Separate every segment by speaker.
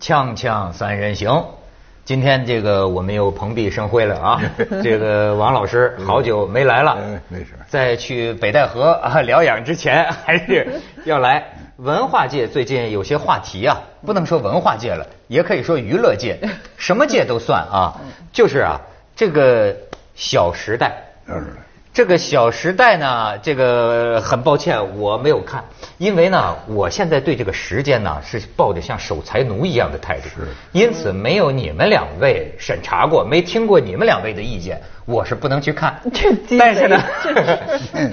Speaker 1: 锵锵三人行，今天这个我们又蓬荜生辉了 啊！这个王老师好久没来了
Speaker 2: 嗯，没事
Speaker 1: 在去北戴河啊疗养之前， 还是要来。文化界最近有些话题啊，不能说文化界了，也可以说娱乐界，什么界都算啊。
Speaker 2: 嗯
Speaker 1: 就是啊，这个《小时代》
Speaker 2: 当然了
Speaker 1: 这个《小时代》呢，这个很抱歉我没有看，因为呢，我现在对这个时间呢是抱着像守财奴一样的态度，
Speaker 2: 是
Speaker 1: 因此没有你们两位审查过，没听过你们两位的意见，我是不能去 看。但是呢，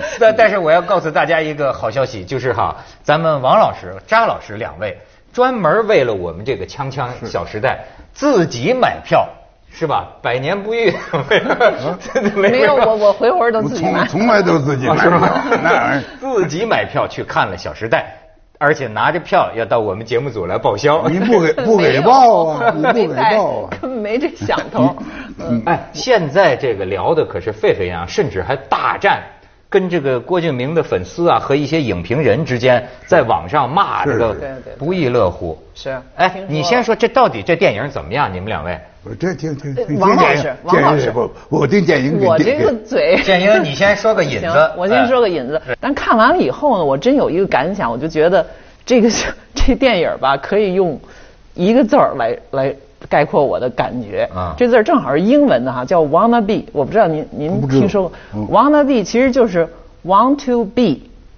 Speaker 1: 但但是我要告诉大家一个好消息，就是哈，咱们王老师、扎老师两位专门为了我们这个《锵锵小时代》自己买票。是吧？百年不遇，
Speaker 3: 没有我，我回魂都
Speaker 2: 我
Speaker 3: 自己
Speaker 2: 从
Speaker 3: 买。
Speaker 2: 从来都是自己买票，那玩意儿
Speaker 1: 自己买票去看了《小时代》，而且拿着票要到我们节目组来报销。
Speaker 2: 你
Speaker 3: 哦
Speaker 2: 不给不给报 啊，你不给报啊
Speaker 3: 根，本没这想头。 嗯，
Speaker 1: 哎，现在这个聊的可是沸沸扬扬，甚至还大战，跟这个郭敬明的粉丝啊和一些影评人之间在网上骂这
Speaker 2: 是
Speaker 1: 个
Speaker 2: 是
Speaker 3: 对对
Speaker 1: 不亦乐乎。
Speaker 3: 是
Speaker 1: 哎
Speaker 3: 听，
Speaker 1: 你
Speaker 3: 说
Speaker 1: 先
Speaker 3: 了
Speaker 1: 说这到底这电影怎么样？你们两位，
Speaker 2: 我这听听
Speaker 3: 呃
Speaker 2: 听
Speaker 3: 王老
Speaker 2: 电
Speaker 3: 师
Speaker 2: 影，
Speaker 3: 王老
Speaker 2: 电影
Speaker 3: 师
Speaker 2: 不，我听电影给。
Speaker 3: 我
Speaker 2: 给
Speaker 3: 这个嘴。
Speaker 1: 建英，你先说个引
Speaker 3: 行
Speaker 1: 子。，哎
Speaker 3: 我先说个引子。但看完了以后呢，我真有一个感想，我就觉得这个这电影吧，可以用一个字儿来来概括我的感觉。
Speaker 1: 啊
Speaker 3: 这字儿正好是英文的哈，叫 wanna be。我不知道您您
Speaker 2: 不知道
Speaker 3: 听说过、
Speaker 2: 嗯
Speaker 3: wanna be，其实就是 want to be，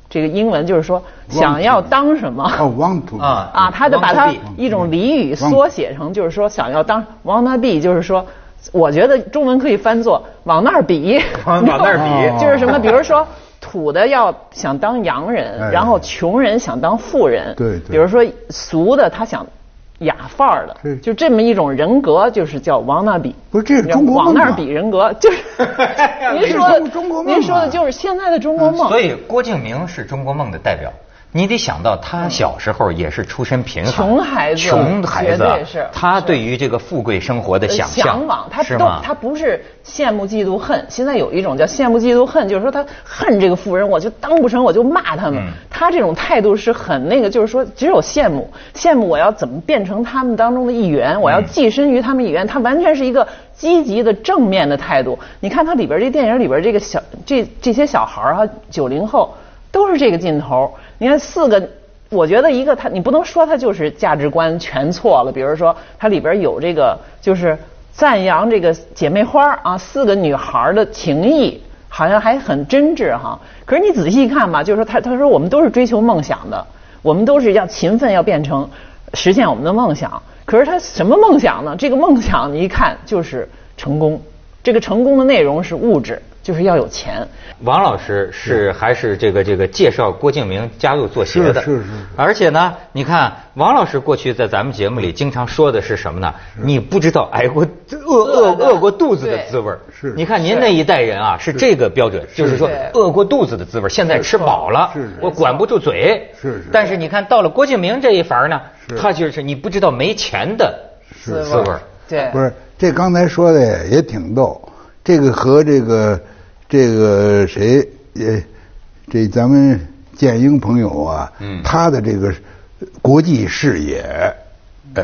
Speaker 3: 这个英文就是说
Speaker 2: to
Speaker 3: 想要当什么。
Speaker 2: 哦，want to
Speaker 1: 啊
Speaker 3: 啊，他就把它
Speaker 1: Want
Speaker 2: 嗯
Speaker 1: to be
Speaker 3: 一种俚语缩写成，就是说想要当 wanna be，就是说，我觉得中文可以翻作往那儿 比，
Speaker 1: 往往那儿比
Speaker 3: 就是什么，比如说。土的要想当洋人，
Speaker 2: 哦哎
Speaker 3: 然后穷人想当富人，
Speaker 2: 对对
Speaker 3: 比如说俗的他想雅范儿的
Speaker 2: 是，
Speaker 3: 就这么一种人格，就是叫王那比。
Speaker 2: 不是这是中国梦啊
Speaker 3: 往那儿比人格，就是 您说
Speaker 2: 这是中
Speaker 3: 的
Speaker 2: 中国梦啊嗯
Speaker 3: 您说的就是现在的中国梦。
Speaker 1: 所以郭敬明是中国梦的代表。你得想到他小时候也是出身贫寒，
Speaker 3: 嗯穷孩子
Speaker 1: 穷孩子
Speaker 3: 绝
Speaker 1: 啊
Speaker 3: 对是
Speaker 1: 他对于这个富贵生活的
Speaker 3: 呃
Speaker 1: 想象，
Speaker 3: 往，他
Speaker 1: 是
Speaker 3: 都
Speaker 1: 吗？
Speaker 3: 他不是羡慕嫉妒恨。现在有一种叫羡慕嫉妒恨，就是说他恨这个富人，我就当不成，我就骂他们。
Speaker 1: 嗯
Speaker 3: 他这种态度是很那个，就是说只有羡慕，羡慕我要怎么变成他们当中的一
Speaker 1: 嗯
Speaker 3: 员，我要跻身于他们一员。他完全是一个积极的正面的态度。你看他里边这电影里边这个小这这些小孩儿啊，九零后都是这个劲头。你看四个我觉得一个他，你不能说他就是价值观全错了。比如说，它里边有这个就是赞扬这个姐妹花啊，四个女孩的情谊，好像还很真挚哈。可是你仔细一看吧，就是说他他说我们都是追求梦想的，我们都是要勤奋，要变成实现我们的梦想。可是他什么梦想呢？这个梦想你一看就是成功，这个成功的内容是物质，就是要有钱。
Speaker 1: 王老师是还是这个这个介绍郭敬明加入作协的，
Speaker 2: 是是是
Speaker 1: 而且呢，你看王老师过去在咱们节目里经常说的是什么呢？你不知道挨过饿饿
Speaker 3: 饿的
Speaker 1: 饿过肚子的滋味儿
Speaker 2: 对是
Speaker 1: 你看您那一代人啊，是这个标准，就是说
Speaker 3: 对
Speaker 1: 饿过肚子的滋味儿，现在吃饱了
Speaker 2: 是是，
Speaker 1: 我管不住嘴。
Speaker 2: 是是
Speaker 1: 但是你看到了郭敬明这一伐呢
Speaker 2: 是，
Speaker 1: 他就是你不知道没钱的滋
Speaker 2: 是
Speaker 1: 味儿。
Speaker 3: 对，
Speaker 2: 不是这刚才说的呀也挺逗，这个和这个这个谁也这咱们建英朋友啊，
Speaker 1: 嗯
Speaker 2: 他的这个国际视野，呃，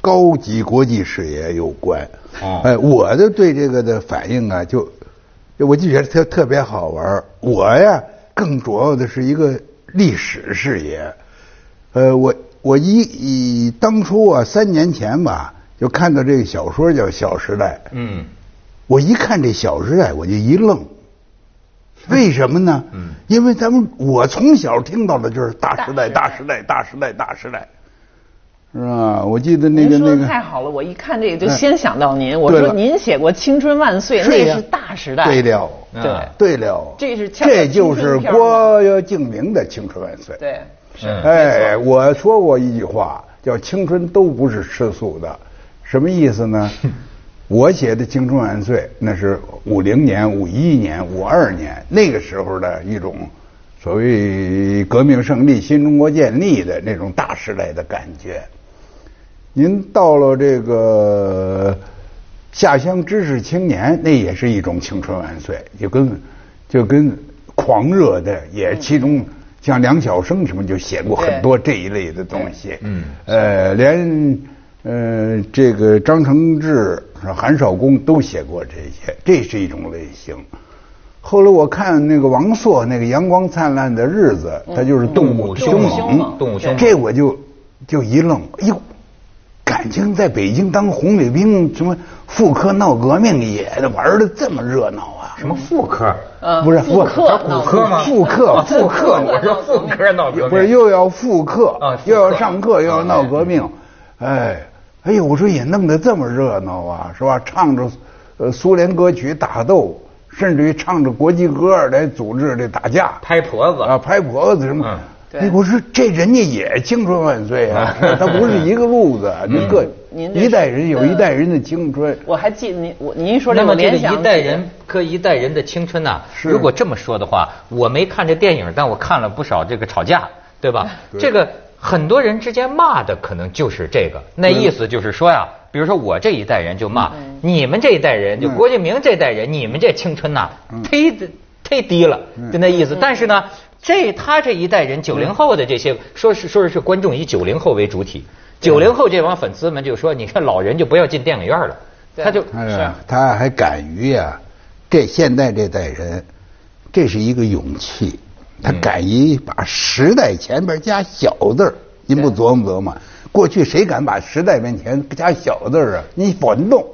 Speaker 2: 高级国际视野有关。
Speaker 1: 哦
Speaker 2: 哎，我的对这个的反应啊，就我就觉得特特别好玩儿我呀，更主要的是一个历史视野。呃，我我一以当初啊，三年前吧，就看到这个小说叫《小时代》。
Speaker 1: 嗯，
Speaker 2: 我一看这《小时代》，我就 一愣。为什么呢？
Speaker 1: 嗯
Speaker 2: 因为咱们我从小听到的就是大时代，
Speaker 3: 大
Speaker 2: 大时代，大时代，大时代，是吧？我记得那个
Speaker 3: 您说
Speaker 2: 那
Speaker 3: 的
Speaker 2: 个
Speaker 3: 太好了，我一看这个就
Speaker 2: 嗯
Speaker 3: 先想到您。我
Speaker 2: 对
Speaker 3: 说
Speaker 2: 了
Speaker 3: 您写过《青春万岁》，那
Speaker 2: 呀
Speaker 3: 是大时代。
Speaker 2: 对了，
Speaker 1: 嗯
Speaker 2: 对了，
Speaker 3: 这是青
Speaker 2: 这就是
Speaker 3: 青春片儿
Speaker 2: 郭敬明的《青春万岁》。
Speaker 3: 对，是
Speaker 1: 嗯
Speaker 2: 哎，我说过一句话，叫“青春都不是吃素的”，什么意思呢？我写的《青春万岁》，那是五零年、五一年、五二年那个时候的一种所谓革命胜利、新中国建立的那种大时代的感觉。您到了这个下乡知识青年，那也是一种青春万岁，就跟就跟狂热的也其中，
Speaker 1: 嗯
Speaker 2: 像梁晓声什么就写过很多这一类的东西。
Speaker 1: 嗯
Speaker 2: 呃，连呃，这个张承志、韩少功都写过这些，这是一种类型。后来我看那个王朔那个《阳光灿烂的日子》，他就是动物凶猛，
Speaker 1: 动物嗯凶猛
Speaker 2: 这我就就一愣，哎呦，感情在北京当红卫兵，什么妇科闹革命也玩的这么热闹啊？
Speaker 1: 什么妇科？
Speaker 3: 嗯
Speaker 2: 不是
Speaker 3: 复刻
Speaker 1: 妇科吗？
Speaker 2: 复刻
Speaker 1: 啊妇科，我说妇科闹革命
Speaker 2: 不是又要复课
Speaker 1: 啊，复
Speaker 2: 又要
Speaker 1: 课
Speaker 2: 上课，又要闹革命，哎，哎呦，我说也弄得这么热闹啊，是吧？唱着呃苏联歌曲打斗，甚至于唱着国际歌儿来组织这打架，
Speaker 1: 拍婆子
Speaker 2: 啊，拍婆子什么
Speaker 1: 嗯。
Speaker 3: 对
Speaker 2: 哎，我说这人家也青春万岁啊，
Speaker 1: 嗯
Speaker 2: 他不是一个路子，你各
Speaker 3: 您这
Speaker 2: 一代人有
Speaker 3: 是嗯
Speaker 2: 一代人的青春，
Speaker 3: 我还记得您，我您一说这
Speaker 1: 那
Speaker 3: 个，我
Speaker 1: 么这个
Speaker 3: 联想
Speaker 1: 一代人和一代人的青春呐、
Speaker 2: 是
Speaker 1: 如果这么说的话，我没看这电影，但我看了不少这个吵架，对
Speaker 3: 啊
Speaker 1: 吧？
Speaker 2: 对
Speaker 1: 这个很多人之间骂的可能就是这个，那
Speaker 2: 嗯
Speaker 1: 意思就是说呀、比如说我这一代人就骂、
Speaker 3: 嗯
Speaker 1: 你们这一代人，就
Speaker 2: 嗯
Speaker 1: 郭敬明这代人，你们这青春呐、忒忒低了，
Speaker 2: 嗯
Speaker 1: 就那意
Speaker 3: 嗯
Speaker 1: 思。但是呢。这他这一代人，九零后的这些，说是说是观众以九零后为主体，九零后这帮粉丝们就说，你看老人就不要进电影院了，
Speaker 3: 对
Speaker 1: 他就
Speaker 2: 哎呀，
Speaker 1: 啊
Speaker 2: 他还敢于呀、这现在这代人，这是一个勇气，他
Speaker 1: 嗯
Speaker 2: 敢于把时代前边加小字儿，您不琢磨琢磨？过去谁敢把时代面前加小字儿啊？你反动，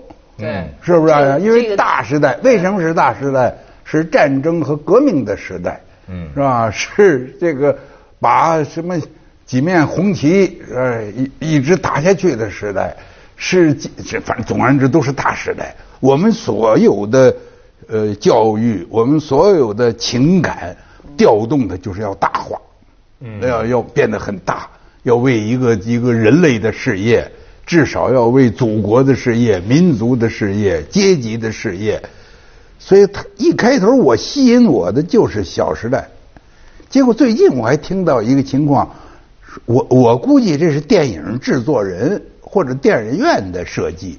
Speaker 1: 嗯
Speaker 3: 对
Speaker 2: 是不是、啊？
Speaker 3: 嗯这个
Speaker 2: 因
Speaker 3: 这
Speaker 2: 为
Speaker 3: 个嗯
Speaker 2: 大时代，为什么是大时代？是战争和革命的时代，
Speaker 1: 嗯
Speaker 2: 是吧？ 是这个把什么几面红旗呃一一直打下去的时代，是几是反正总而言之都是大时代。我们所有的呃教育，我们所有的情感调动的就是要大化，
Speaker 1: 嗯
Speaker 2: 要要变得很大，要为一个一个人类的事业，至少要为祖国的事业、民族的事业、阶级的事业。所以他一开头我吸引我的就是《小时代》，结果最近我还听到一个情况，我我估计这是电影制作人或者电影院的设计，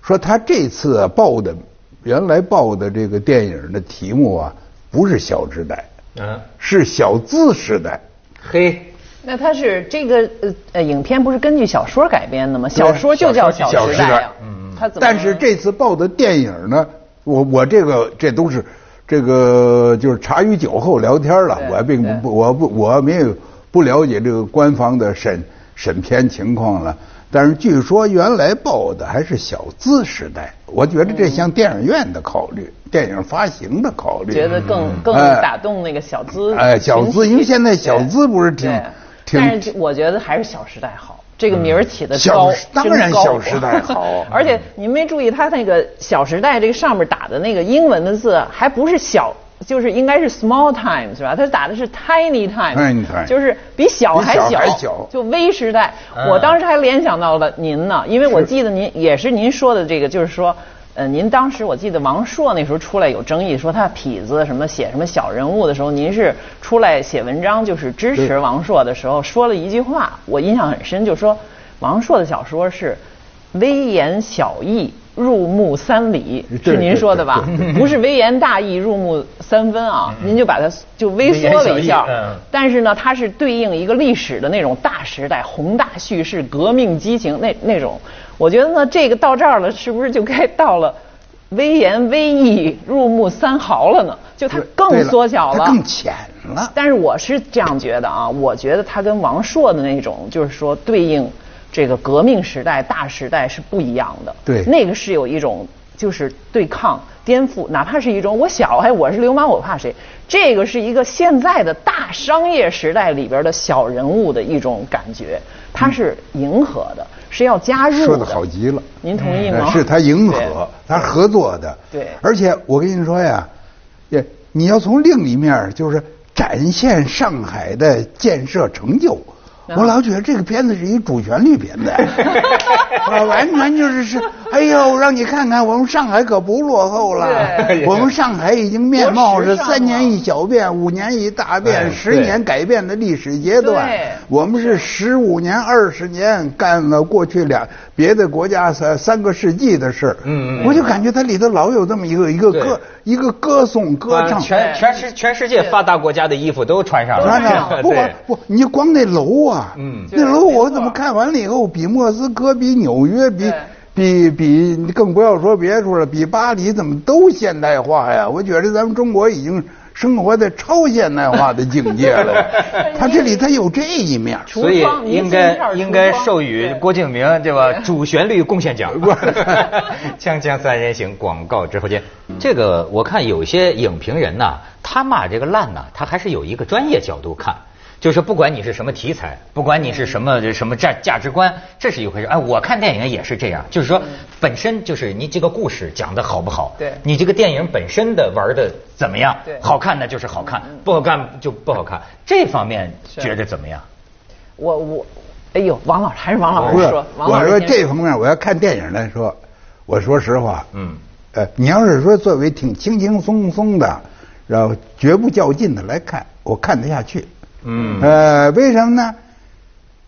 Speaker 2: 说他这次啊报的原来报的这个电影的题目啊不是《小时代》，
Speaker 1: 嗯，
Speaker 2: 是《小资时代》。
Speaker 1: 嘿，
Speaker 3: 那它是这个呃呃，影片不是根据小说改编的吗？小说就叫《
Speaker 1: 小
Speaker 2: 小
Speaker 3: 时
Speaker 2: 时代
Speaker 3: 啊。嗯，它怎么？
Speaker 2: 但是这次报的电影呢，我我这个这都是这个就是茶余酒后聊天了，
Speaker 3: 对
Speaker 2: 我并
Speaker 3: 对
Speaker 2: 不我不我没有不了解这个官方的审审片情况了。但是据说原来报的还是小资时代，我觉得这像电影院的考虑，电影发行的考虑，
Speaker 3: 觉得更更
Speaker 2: 哎
Speaker 3: 打动那个小资群体。
Speaker 2: 哎小资因为现在小资不是挺
Speaker 3: 对
Speaker 2: 挺嗯
Speaker 3: 但是我觉得还是《小时代》好。这个名儿起的
Speaker 2: 小
Speaker 3: 高，
Speaker 2: 时当
Speaker 3: 真
Speaker 2: 然
Speaker 3: 高
Speaker 2: 小时代 嗯好
Speaker 3: 而且您没注意它那个《小时代》这个上面打的那个英文的字，还不是小，就是应该是 small time 是吧？它打的是 tiny
Speaker 2: Tiny time
Speaker 3: 就是比小还
Speaker 2: 比小还小
Speaker 3: 就微时代。
Speaker 1: 嗯
Speaker 3: 我当时还联想到了您呢，因为我记得您也是您说的这个，就是说。呃，您当时我记得王朔那时候出来有争议，说他痞子什么写什么小人物的时候，您是出来写文章就是支持王朔的时候说了一句话，我印象很深，就说王朔的小说是微言小义，入木三里，
Speaker 2: 对
Speaker 3: 是您说的吧
Speaker 2: 对？嗯
Speaker 3: 不是微言大义，入木三分啊，您就把它就微缩了一下
Speaker 1: 微言小义嗯。
Speaker 3: 但是呢，它是对应一个历史的那种大时代、宏大叙事、革命激情那那种。我觉得呢，这个到这儿了，是不是就该到了微言微义、入木三毫了呢？就它
Speaker 2: 对
Speaker 3: 更
Speaker 2: 了
Speaker 3: 缩小
Speaker 2: 它
Speaker 3: 了，
Speaker 2: 更浅了。
Speaker 3: 但是我是这样觉得啊，我觉得他跟王朔的那种，就是说对应这个革命时代、大时代是不一样的。
Speaker 2: 对
Speaker 3: 那个是有一种就是对抗、颠覆，哪怕是一种我小，哎，我是流氓，我怕谁？这个是一个现在的大商业时代里边的小人物的一种感觉，它是迎合的，是要加入的。
Speaker 2: 说的好极了。
Speaker 3: 您同意
Speaker 2: 呃
Speaker 3: 吗？
Speaker 2: 是他迎
Speaker 3: 对
Speaker 2: 合，他合作的。
Speaker 3: 对
Speaker 2: 而且我跟你说呀，也你要从另一面儿就是展现上海的建设成就。
Speaker 3: 啊
Speaker 2: 我老觉得这个片子是一主旋律片 子，啊完全就是是，哎呦，让你看看我们上海可不落后了
Speaker 3: 对，
Speaker 2: 我们上海已经面貌是三年一小变，五年一大
Speaker 1: 哎
Speaker 2: 变，十
Speaker 1: 对
Speaker 2: 年改变的历史阶段
Speaker 3: 对。
Speaker 2: 我们是十五年、二十年干了过去两别的国家三三个世纪的事儿
Speaker 1: 嗯嗯嗯
Speaker 2: 我就感觉它里头老有这么一个一个
Speaker 1: 对
Speaker 2: 歌一个歌颂歌
Speaker 1: 啊
Speaker 2: 唱。
Speaker 1: 全全世全世界发达国家的衣服都穿上了，
Speaker 2: 穿上
Speaker 1: 对
Speaker 2: 不管不，你光那楼啊，啊，嗯，那时候我怎么看完了以后，比莫斯科、比纽约、比比比，更不要说别处了，比巴黎怎么都现代化呀？我觉得咱们中国已经生活在超现代化的境界 了。他这里他有这一面，
Speaker 1: 所以应该应该授予郭敬明对吧主旋律贡献奖。 锵锵三人行广告之后见。这个我看有些影评人呐、啊，他骂这个烂呐、啊，他还是有一个专业角度看。就是不管你是什么题材，不管你是什么什么价价值观，这是一回事。哎，我看电影也是这样，就是说本身就是你这个故事讲的好不好，
Speaker 3: 对，
Speaker 1: 你这个电影本身的玩的怎么样，
Speaker 3: 对，
Speaker 1: 好看呢就是好看，不好看就不好看。这方面觉得怎么样？
Speaker 3: 我我，哎呦，王老师还是王老师说，王
Speaker 2: 老师我说这方面我要看电影来说，我说实话，
Speaker 1: 嗯，
Speaker 2: 呃，你要是说作为挺轻轻松松的，然后绝不较劲的来看，我看得下去。
Speaker 1: 嗯，
Speaker 2: 呃，为什么呢？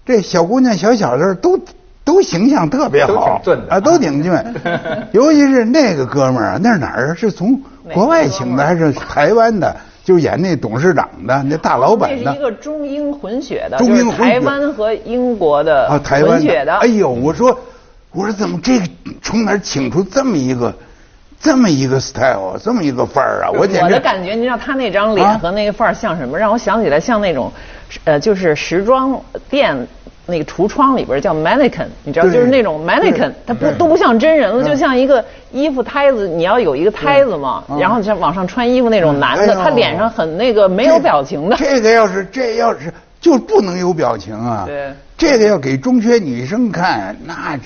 Speaker 2: 这小姑娘、小小子都都形象特别好，啊，都挺俊，尤其是那个哥们儿，啊那哪儿是从国外请的还是台湾的？就演那董事长的那大老板的，
Speaker 3: 这是一个中英混血的，
Speaker 2: 中英
Speaker 3: 台湾和英国的
Speaker 2: 啊，台湾
Speaker 3: 的。
Speaker 2: 哎呦，我说，我说怎么这个从哪儿请出这么一个？这么一个 style，这么一个范儿啊！我简直
Speaker 3: 我的感觉，你知道他那张脸和那个范儿像什么？啊、让我想起来像那种，呃，就是时装店那个橱窗里边叫 mannequin，你知道，就是那种 mannequin，它不都不像真人
Speaker 2: 嗯
Speaker 3: 了，就像一个衣服胎子，你要有一个胎子嘛，
Speaker 2: 嗯
Speaker 3: 然后像往上穿衣服那种男的，他脸上很那个没有表情的。
Speaker 2: 哎这个要是这要是就不能有表情啊！
Speaker 3: 对，
Speaker 2: 这个要给中学女生看那。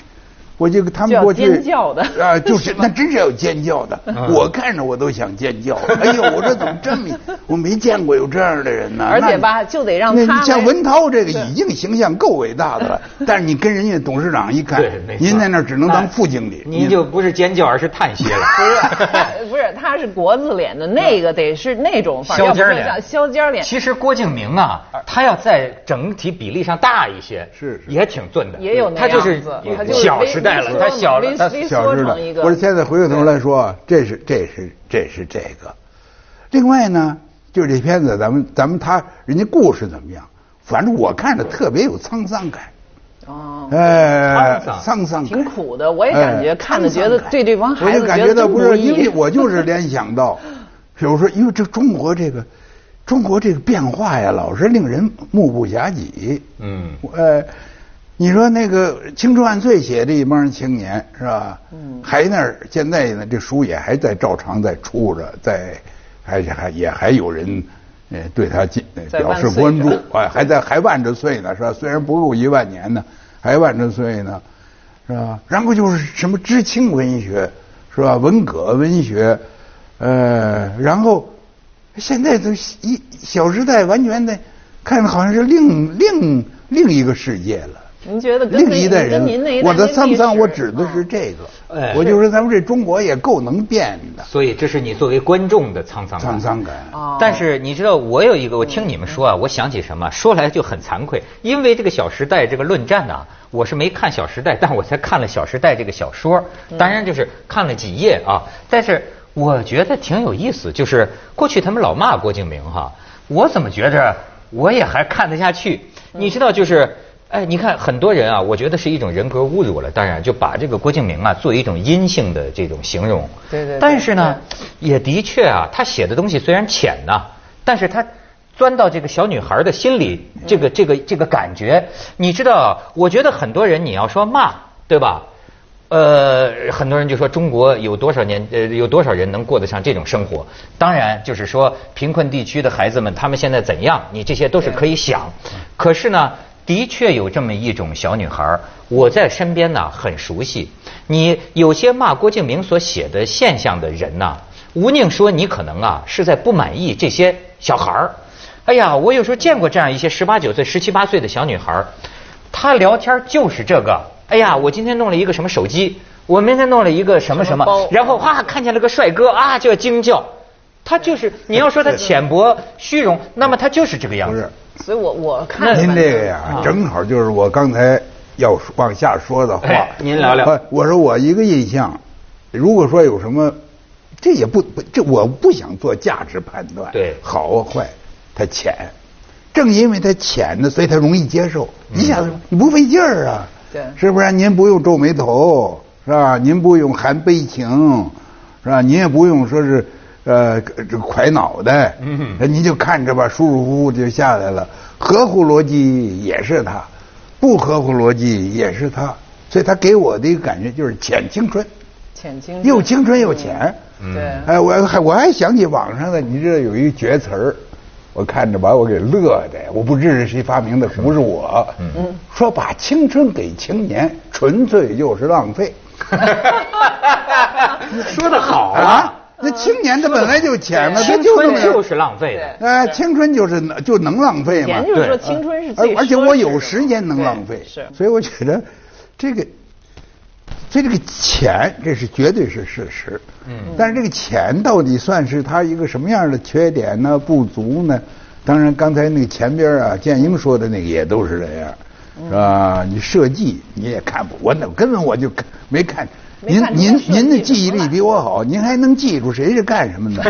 Speaker 2: 我就他们过去
Speaker 3: 尖叫的
Speaker 2: 啊，就是那真是要尖叫的，我看着我都想尖叫。哎呦，我说怎么这么，我没见过有这样的人呢？
Speaker 3: 而且吧，就得让他
Speaker 2: 像文涛这个已经形象够伟大 的了，但是你跟人家董事长一看，您在那只能当副经理，
Speaker 1: 您就不是尖叫，而是叹 息了。
Speaker 3: 不是，不是，他是国字脸的那个，得是那 种
Speaker 1: 削尖脸，
Speaker 3: 削尖脸。
Speaker 1: 其实郭敬明啊，他要在整体比例上大一些，
Speaker 2: 是
Speaker 1: 也挺俊的，
Speaker 3: 也有
Speaker 1: 他就是小时。带了，他小了，他
Speaker 2: 小知道。不是，现在回过头来说，啊这是这是这是这个。另外呢，就是这片子，咱们咱们他人家故事怎么样？反正我看着特别有沧桑感。
Speaker 3: 哦，
Speaker 2: 哎，沧桑哎
Speaker 3: 挺苦的，我也感觉看着觉得对这帮孩子
Speaker 2: 感觉到不是，因为我就是联想 到，比如说，因为这中国这个中国这个变化呀，老是令人目不暇给。
Speaker 1: 嗯，
Speaker 2: 呃。你说那个《青春万岁》写的一帮青年是吧？嗯，还那儿现在呢，这书也还在照常在出着，在还还也还有人呃对他进表示关注，哎，还在还万着岁呢是吧？虽然不入一万年呢，还万着岁呢，是吧？然后就是什么知青文学是吧？文革文学，呃，然后现在都一《小时代》完全的看着好像是另另另一个世界了。
Speaker 3: 您觉得
Speaker 2: 另一代人，我的沧桑，
Speaker 3: 啊
Speaker 2: 我指的是这个。哎，我就说咱们这中国也够能变的。
Speaker 1: 所以这是你作为观众的沧桑
Speaker 2: 沧桑感。
Speaker 3: 哦
Speaker 2: 嗯
Speaker 1: 但是你知道，我有一个，我听你们说啊，我想起什么，说来就很惭愧，因为这个《小时代》这个论战呢，我是没看《小时代》，但我才看了《小时代》这个小说，当然就是看了几页啊。但是我觉得挺有意思，就是过去他们老骂郭敬明哈，我怎么觉着我也还看得下去？
Speaker 3: 嗯
Speaker 1: 你知道就是。哎，你看很多人啊，我觉得是一种人格侮辱了。当然，就把这个郭敬明啊作为一种阴性的这种形容。
Speaker 3: 对,对对。
Speaker 1: 但是呢，也的确啊，他写的东西虽然浅呐、啊，但是他钻到这个小女孩的心里，这个这个这个感觉，你知道？我觉得很多人你要说骂，对吧？呃，很多人就说中国有多少年呃有多少人能过得上这种生活？当然，就是说贫困地区的孩子们他们现在怎样，你这些都是可以想。可是呢。的确有这么一种小女孩，我在身边呢很熟悉。你有些骂郭敬明所写的现象的人呐、啊，吴宁说你可能啊是在不满意这些小孩儿。哎呀，我有时候见过这样一些十八九岁、十七八岁的小女孩，她聊天就是这个。哎呀，我今天弄了一个什么手机，我明天弄了一个什么什么，然后啊看见了个帅哥啊就要惊叫。他就是你要说他浅薄虚荣，那么他就是这个样子。
Speaker 3: 所以我我看
Speaker 2: 您这个呀，正好就是我刚才要往下说的话。哎、
Speaker 1: 您聊聊。
Speaker 2: 我说我一个印象，如果说有什么，这也不不这我不想做价值判断，
Speaker 1: 对，
Speaker 2: 好啊坏，它浅。正因为它浅呢，所以它容易接受。你想，你不费劲儿啊，
Speaker 3: 对
Speaker 2: 是不是？您不用皱眉头，是吧？您不用含悲情，是吧？您也不用说是呃这蒯脑袋，
Speaker 1: 嗯
Speaker 2: 您就看着吧，舒舒服服就下来了。合乎逻辑也是他，不合乎逻辑也是他，所以他给我的一个感觉就是浅青春，
Speaker 3: 浅青春
Speaker 2: 又青春又浅。
Speaker 1: 嗯
Speaker 3: 对，
Speaker 2: 哎，我还我还想起网上的，你知道有一个绝词儿，我看着把我给乐的，我不知是谁发明的，不是我。
Speaker 1: 嗯，
Speaker 2: 说把青春给青年，纯粹就是浪费。
Speaker 1: 说的好
Speaker 2: 啊
Speaker 1: 啊，，
Speaker 2: 那青年他本来就浅嘛，他
Speaker 1: 青
Speaker 2: 就这
Speaker 1: 春
Speaker 2: 么
Speaker 1: 就是浪费的。
Speaker 2: 哎，青春就是能就能浪费嘛。
Speaker 3: 以前就是说
Speaker 1: 对
Speaker 3: 青春是
Speaker 2: 而
Speaker 3: 最
Speaker 2: 而且
Speaker 3: 奢
Speaker 2: 我
Speaker 3: 侈
Speaker 2: 有
Speaker 3: 的
Speaker 2: 时间能
Speaker 3: 对
Speaker 2: 浪费，
Speaker 3: 是
Speaker 2: 所以我觉得这个，所以这个钱这是绝对是事实，
Speaker 1: 嗯
Speaker 2: 但是这个钱到底算是他一个什么样的缺点呢？不足呢？当然，刚才那个前边啊，建英说的那个也都是这样，
Speaker 3: 嗯
Speaker 2: 是吧？你设计你也看不，我那根本我就看没看。
Speaker 3: 没
Speaker 2: 您
Speaker 3: 看出
Speaker 2: 您
Speaker 3: 来设
Speaker 2: 您的
Speaker 3: 计
Speaker 2: 记忆
Speaker 3: 什么
Speaker 2: 力
Speaker 3: 来
Speaker 2: 比我好，您还能记住谁是干什么 的？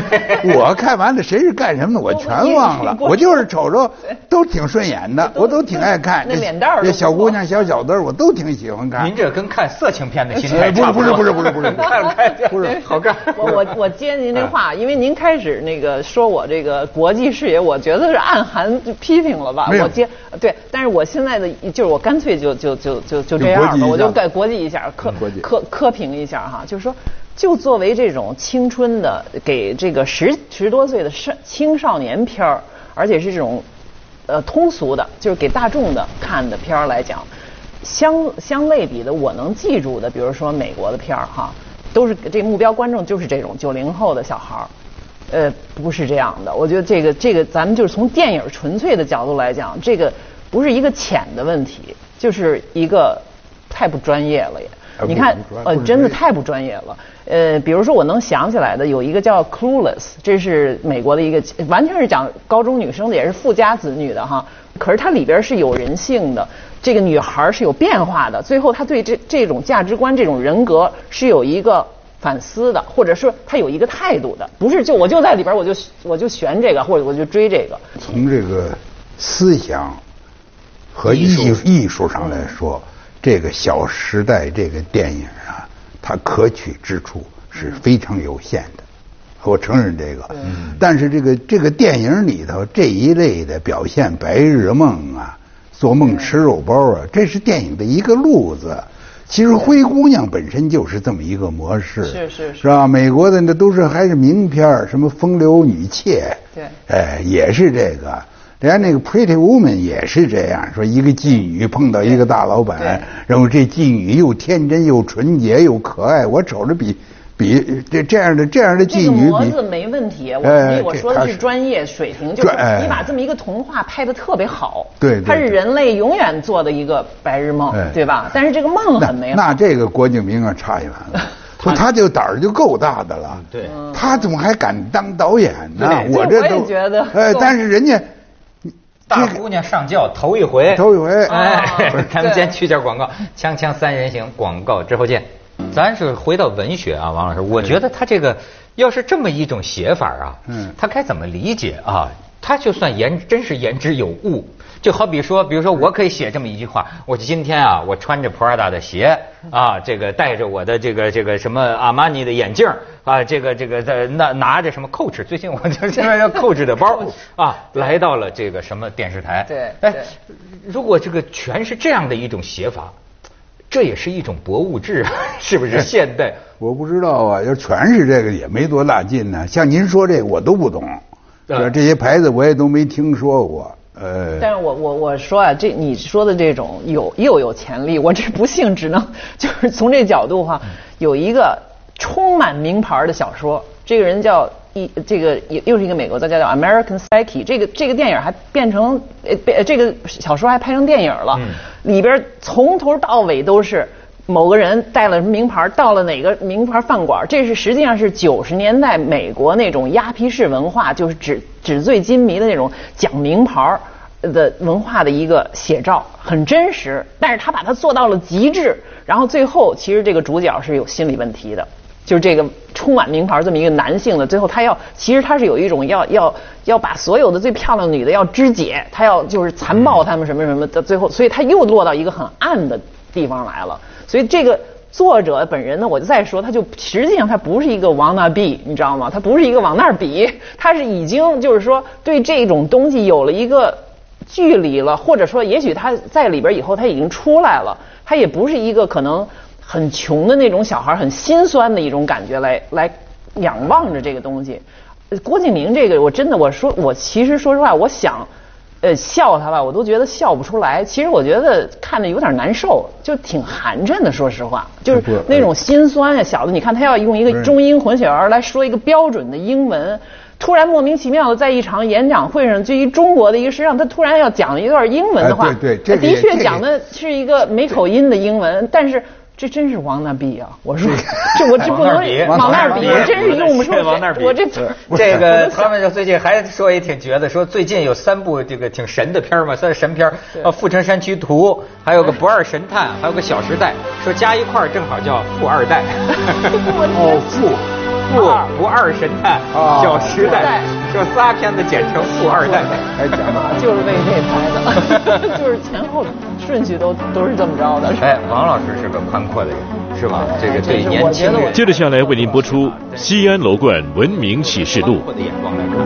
Speaker 2: 我看完了谁是干什么的，我
Speaker 3: 我
Speaker 2: 全
Speaker 3: 我也
Speaker 2: 忘
Speaker 3: 是
Speaker 2: 了，
Speaker 3: 我
Speaker 2: 我就是瞅着都挺顺眼的，
Speaker 3: 都
Speaker 2: 我都挺爱看。
Speaker 3: 那
Speaker 2: 这
Speaker 3: 脸蛋儿都
Speaker 2: 这
Speaker 3: 不
Speaker 2: 小
Speaker 3: 错
Speaker 2: 姑娘、小小子儿，我都挺喜欢看。
Speaker 1: 您这跟看色情片的心态
Speaker 2: 啊 哎不是
Speaker 1: 差多
Speaker 2: 不是不是不是不是
Speaker 1: 看了 看见
Speaker 2: 不是
Speaker 1: 好看。
Speaker 3: 我我我接您这
Speaker 2: 啊
Speaker 3: 话，因为您开始那个说我这个国际视野，我觉得是暗含批评了吧
Speaker 2: 没？有
Speaker 3: 我接对，但是我现在的就是我干脆就就就就就这样
Speaker 2: 就国际一下
Speaker 3: 吧，我就给国际一下科
Speaker 2: 嗯国际
Speaker 3: 科科评一下哈，就是说，就作为这种青春的给这个十十多岁的少青少年片儿，而且是这种呃通俗的，就是给大众的看的片儿来讲，相相类比的，我能记住的，比如说美国的片儿哈，都是这目标观众就是这种九零后的小孩儿。呃，不是这样的，我觉得这个这个，咱们就是从电影纯粹的角度来讲，这个不是一个浅的问题，就是一个太不专业了也
Speaker 2: 哎。
Speaker 3: 你看
Speaker 2: 不不专，
Speaker 3: 呃
Speaker 2: 不，是
Speaker 3: 真的
Speaker 2: 专业
Speaker 3: 太不专业了。呃，比如说我能想起来的有一个叫《Clueless》，这是美国的一个，完全是讲高中女生的，也是富家子女的哈。可是它里边是有人性的，这个女孩是有变化的，最后她对这这种价值观、这种人格是有一个反思的，或者是她有一个态度的，不是就我就在里边我就我就选这个，或者我就追这个。
Speaker 2: 从这个思想和艺
Speaker 1: 艺
Speaker 2: 术艺术上来说，这个《小时代》这个电影啊，它可取之处是
Speaker 3: 嗯
Speaker 2: 非常有限的，我承认这个。但是这个这个电影里头这一类的表现白日梦啊、做梦吃肉包啊，这是电影的一个路子。其实《灰姑娘》本身就是这么一个模式，
Speaker 3: 是是是
Speaker 2: 是吧？美国的那都是还是名片儿什么《风流女妾》，
Speaker 3: 对
Speaker 2: 哎，也是这个。人家那个 Pretty Woman 也是这样，说一个妓女碰到一个大老板
Speaker 3: 对，
Speaker 2: 然后这妓女又天真又纯洁又可爱，我瞅着比比这这样的这样的
Speaker 3: 这
Speaker 2: 妓
Speaker 3: 个
Speaker 2: 女
Speaker 3: 模
Speaker 2: 比
Speaker 3: 子没问题，我
Speaker 2: 哎
Speaker 3: 同意。我
Speaker 2: 这
Speaker 3: 说的
Speaker 2: 它
Speaker 3: 是
Speaker 2: 是
Speaker 3: 专业水平，就是
Speaker 2: 专哎
Speaker 3: 你把这么一个童话拍的特别好，
Speaker 2: 对对
Speaker 3: 它是
Speaker 2: 对
Speaker 3: 人类永远做的一个白日梦
Speaker 2: 哎，
Speaker 3: 对吧？但是这个梦很美
Speaker 2: 那
Speaker 3: 好
Speaker 2: 那，这个郭敬明啊，差远 了。不，他就胆儿就够大的了。
Speaker 1: 对嗯
Speaker 2: 他怎么还敢当导演呢？
Speaker 1: 对
Speaker 2: 我
Speaker 3: 这
Speaker 2: 这
Speaker 3: 我也
Speaker 2: 都
Speaker 3: 觉得
Speaker 2: 哎，
Speaker 3: 够
Speaker 2: 但是人家
Speaker 1: 大姑娘上轿头一回，
Speaker 2: 头一回
Speaker 1: 哎
Speaker 3: 哦，
Speaker 1: 咱们
Speaker 3: 对
Speaker 1: 先去点广告，锵锵三人行广告之后见。咱是回到文学啊，王老师，我觉得他这个要是这么一种写法啊，
Speaker 2: 嗯
Speaker 1: 他该怎么理解啊？他就算言真是言之有物，就好比说，比如说我可以写这么一句话：我今天啊，我穿着 Prada 的鞋啊，这个戴着我的这个这个什么阿玛尼的眼镜啊，这个这个在那拿着什么 Coach，最近我就现在要 Coach 的包啊，来到了这个什么电视台。
Speaker 3: 对
Speaker 1: 哎
Speaker 3: 对，
Speaker 1: 如果这个全是这样的一种写法，这也是一种博物志，啊， 是不是？现代
Speaker 2: 我不知道啊，要全是这个也没多大劲呢、像您说这个我都不懂，
Speaker 1: 对
Speaker 2: 这些牌子我也都没听说过。呃，
Speaker 3: 但是我我我说啊，这你说的这种有又有潜力，我这不幸只能就是从这角度
Speaker 2: 嗯
Speaker 3: 哈，有一个充满名牌的小说，这个人叫一这个也又是一个美国作家叫 American Psyche，这个这个电影还变成呃变这个小说还拍成电影了，里边从头到尾都是。某个人带了什么名牌，到了哪个名牌饭馆，这是实际上是九十年代美国那种鸦皮式文化，就是纸纸醉金迷的那种讲名牌儿的文化的一个写照，很真实，但是他把它做到了极致，然后最后其实这个主角是有心理问题的。就是这个充满名牌这么一个男性的，最后他要其实他是有一种要要要把所有的最漂亮的女的要肢解，他要就是残暴他们什么什么的，最后所以他又落到一个很暗的地方来了。所以这个作者本人呢，我就再说，他就实际上他不是一个往那比，你知道吗？他不是一个往那儿比，他是已经就是说对这种东西有了一个。距离了，或者说，也许他在里边以后他已经出来了，他也不是一个可能很穷的那种小孩，很心酸的一种感觉来来仰望着这个东西。呃郭敬明这个，我真的我说我其实说实话，我想呃笑他吧，我都觉得笑不出来。其实我觉得看着有点难受，就挺寒碜的。说实话，就是
Speaker 2: 不是
Speaker 3: 那种心酸呀、小子，你看他要用一
Speaker 2: 不
Speaker 3: 个
Speaker 2: 是
Speaker 3: 中英混血儿来说一个标准的英文，突然莫名其妙的在一场演讲会上，就一中国的一个，实际上他突然要讲一段英文的话，
Speaker 2: 哎对对这个
Speaker 3: 的
Speaker 2: 也
Speaker 3: 确
Speaker 2: 这个
Speaker 3: 讲的是一个没口音的英文，但是。这真是王大比啊！我说，这我这不能
Speaker 1: 哎往
Speaker 3: 往
Speaker 1: 那
Speaker 3: 那
Speaker 1: 儿
Speaker 3: 儿
Speaker 1: 比
Speaker 3: 比，我真是用不出
Speaker 1: 是往那儿比
Speaker 3: 我这
Speaker 1: 这
Speaker 3: 我
Speaker 1: 个
Speaker 3: 都想
Speaker 1: 他们就最近还说也挺绝的，说最近有三部这个挺神的片儿嘛，算是神片儿，啊，《富春山居图》，还有个《不二神探》，还有个《小时代》，说加一块儿正好叫《富 二代》。
Speaker 3: 我
Speaker 1: 富富不二神探，
Speaker 2: 哦
Speaker 1: 小时代，说仨片子简称《富二代》。
Speaker 2: 还 讲到
Speaker 3: 就是为这拍的， 就是前后顺序都都是这么着的。
Speaker 1: 哎，王老师是个宽阔的人，是吧？这个对年轻人
Speaker 3: 我觉得我
Speaker 1: 宽
Speaker 4: 接着下来为您播出《西安楼冠文明启示录》。
Speaker 1: 阔的眼光来看。